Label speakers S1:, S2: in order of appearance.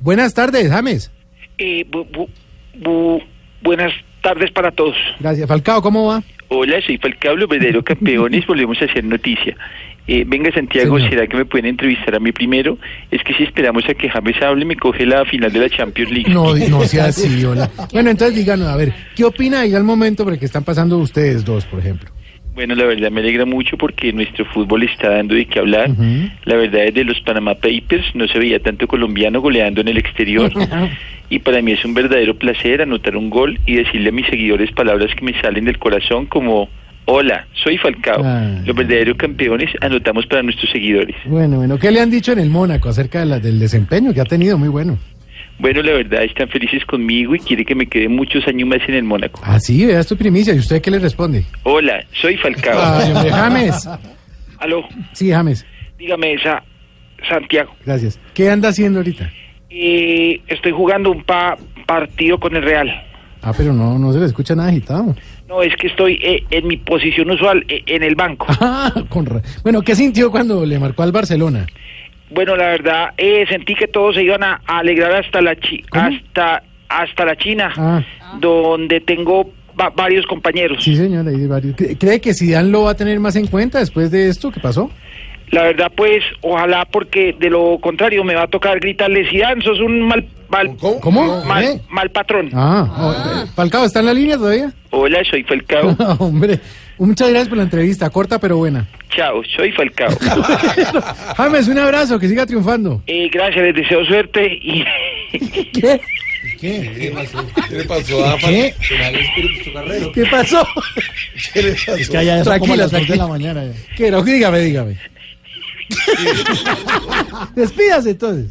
S1: Buenas tardes, James.
S2: Eh, bu- bu- bu- buenas tardes para todos.
S1: Gracias. Falcao, ¿cómo va?
S2: Hola, soy Falcao, los verdaderos campeones, volvemos a hacer noticia. Eh, venga Santiago,
S1: Señor.
S2: ¿será que me pueden entrevistar a mí primero? Es que si esperamos a que James hable, me coge la final de la Champions League.
S1: No, no sea así, hola. Bueno, entonces díganos, a ver, ¿qué opina ahí al momento por el que están pasando ustedes dos, por ejemplo?
S2: Bueno, la verdad me alegra mucho porque nuestro fútbol está dando de qué hablar.
S1: Ujú.
S2: La verdad es de los Panama Papers, no se veía tanto colombiano goleando en el exterior. y para mí es un verdadero placer anotar un gol y decirle a mis seguidores palabras que me salen del corazón como... Hola, soy Falcao.
S1: Ah.
S2: Los verdaderos campeones anotamos para nuestros seguidores.
S1: Bueno, bueno, ¿qué le han dicho en el Mónaco acerca de la- del desempeño que ha tenido? Muy bueno.
S2: Bueno, la verdad están felices conmigo y quiere que me quede muchos años más en el Mónaco.
S1: Ah, sí, veas tu primicia. ¿Y usted qué le responde?
S2: Hola, soy Falcao.
S1: Ay, hombre, James.
S2: Aló,
S1: Sí, James.
S2: dígame esa, Santiago.
S1: Gracias. ¿Qué anda haciendo ahorita?
S2: Eh, estoy jugando un pa- partido con el Real.
S1: Ah, pero no, no se le escucha nada agitado.
S2: No, es que estoy eh, en mi posición usual, eh, en el banco.
S1: Ah, con ra- Bueno, ¿qué sintió cuando le marcó al Barcelona?
S2: Bueno, la verdad, eh, sentí que todos se iban a, a alegrar hasta la chi-
S1: ¿Cómo?
S2: hasta hasta la China,
S1: Ah.
S2: donde tengo va- varios compañeros.
S1: Sí, señora, hay varios. ¿Cree cree que Zidane lo va a tener más en cuenta después de esto que pasó?
S2: La verdad, pues, ojalá, porque de lo contrario me va a tocar gritarle, Zidane, sos un mal, mal,
S3: ¿Cómo?
S1: ¿Cómo?
S2: mal,
S1: ¿Eh?
S2: mal patrón.
S1: Ah, oh, eh, Falcao, ¿está en la línea todavía?
S2: Hola, soy Falcao.
S1: Hombre, muchas gracias por la entrevista, corta pero buena.
S2: Chao, soy Falcao.
S1: James, un abrazo, que siga triunfando.
S2: Eh, gracias, les deseo suerte y...
S1: ¿Qué?
S3: ¿Qué le pasó? ¿Qué le pasó a
S1: ¿Qué?
S3: Fernando Espíritu Carrero?
S1: ¿Qué pasó?
S3: ¿Qué le pasó?
S4: Es que allá son como
S1: Tranquila,
S4: las dos de
S1: tranquila.
S4: la mañana. ya.
S1: Quiero, dígame, dígame. Despídase entonces.